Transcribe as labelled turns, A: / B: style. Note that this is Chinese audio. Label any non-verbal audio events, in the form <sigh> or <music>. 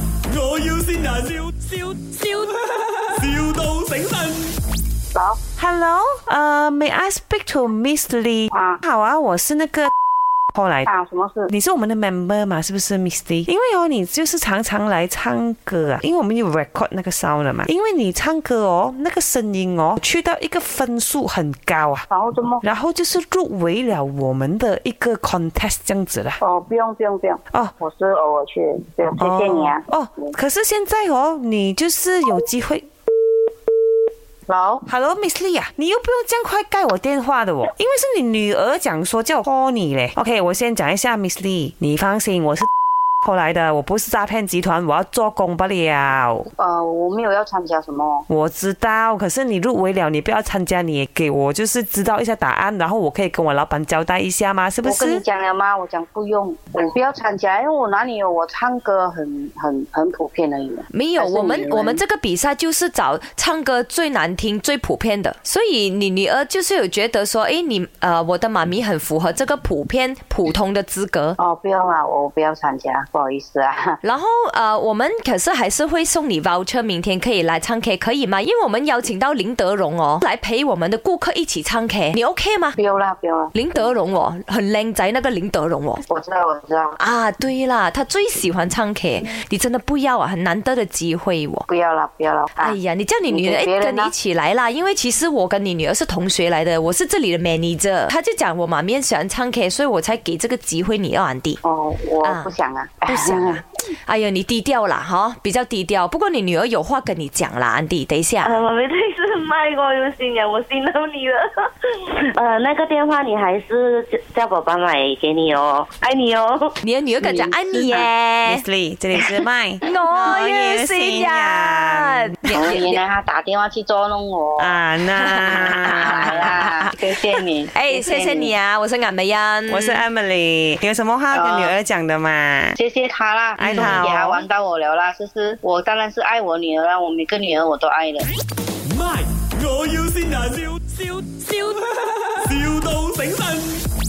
A: 要先人，笑笑笑，, <laughs> 笑到醒神。
B: 老
C: Hello，呃、m a y I speak to Miss Lee？、
B: 啊
C: 好啊，我是那个 <laughs> 后来的。
B: 啊，什么事？
C: 你是我们的 member 嘛？是不是，Miss Lee？因为哦，你就是常常来唱歌啊，因为我们有 record 那个 sound 了嘛。因为你唱歌哦，那个声音哦，去到一个分数很高啊，
B: 然后怎么？
C: 然后就是入围了我们的一个 contest 这样子啦。
B: 哦，不用不用不用，
C: 哦，
B: 我是偶尔去，对，谢谢你啊。
C: 哦，哦可是现在哦，你就是有机会。
B: 老
C: Hello，Miss Lee 啊，你又不用这样快盖我电话的哦，因为是你女儿讲说叫我 call 你嘞。OK，我先讲一下 Miss Lee，你放心，我是 <laughs> 后来的，我不是诈骗集团，我要做工不了。
B: 呃，我没有要参加什么，
C: 我知道，可是你入围了，你不要参加，你也给我就是知道一下答案，然后我可以跟我老板交代一下吗？是不
B: 我跟你
C: 是？
B: 讲了吗？我讲不用，我不要参加，因为我哪里有我唱歌很很很普遍而已嘛。
D: 没有，
B: 还是
D: 我
B: 你
D: 们
B: 们
D: 我们这个比赛就是找唱歌最难听、最普遍的，所以你女儿就是有觉得说，诶，你呃，我的妈咪很符合这个普遍普通的资格。
B: 哦，不用啦，我不要参加，不好意思啊。 <laughs>
D: 然后呃，我们可是还是会送你 voucher，明天可以来唱 K，可以吗？因为我们邀请到林德荣哦，来陪我们的顾客一起唱 K，你 OK 吗？
B: 不用啦，不用啦，
D: 林德荣哦，很靓仔那个林德荣哦。
B: 我知道，我知道，
D: 啊，对啦，他最喜欢唱 K，你真的不要啊，很难得的机会哦。
B: 不要啦，不要啦。啊
D: 哎呀，你叫你女
B: 你
D: 儿
B: 给
D: 哎
B: 别人
D: 跟你
B: 啊
D: 一起来啦，因为其实我跟你女儿是同学来的，我是这里的 manager，他就讲我妈咪很喜欢唱 K，所以我才给这个机会你哦，安迪。
B: 哦，我
D: 啊
B: 不想啊，
D: 不想
B: <laughs>
D: 啊。哎呀，你低调啦哈，比较低调。不过你女儿有话跟你讲啦，安迪，等一下。
B: 嗯
E: 呃，我没对是卖过有新人，我信到你了。呃，那个电话你还是叫叫爸爸买给你哦，爱你哦。
D: 你的女儿跟讲爱你耶，
C: Miss Lee，这里是
B: <laughs>
C: 麦。
D: 哎我也是人。
B: 哦原来他打电话去捉弄我。
C: 啊，
B: 哎 <laughs>
C: 那。
B: 呀，谢谢你。
D: 哎，谢谢你啊，我是颜美欣，
C: 我是 Emily，你有什么话要跟
B: 哦
C: 女儿讲的嘛？
B: 谢谢他啦，
C: 爱
B: 终于
C: 他哦
B: 给他玩到我了啦，思思，我当然是爱我女儿啦，我每个女儿我都爱的。
A: 卖，我要先人，笑笑笑，,笑到醒神。